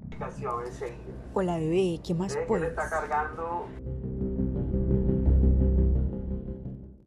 notificaciones seguidas. Hola bebé, ¿qué más Ve que le puedes? está cargando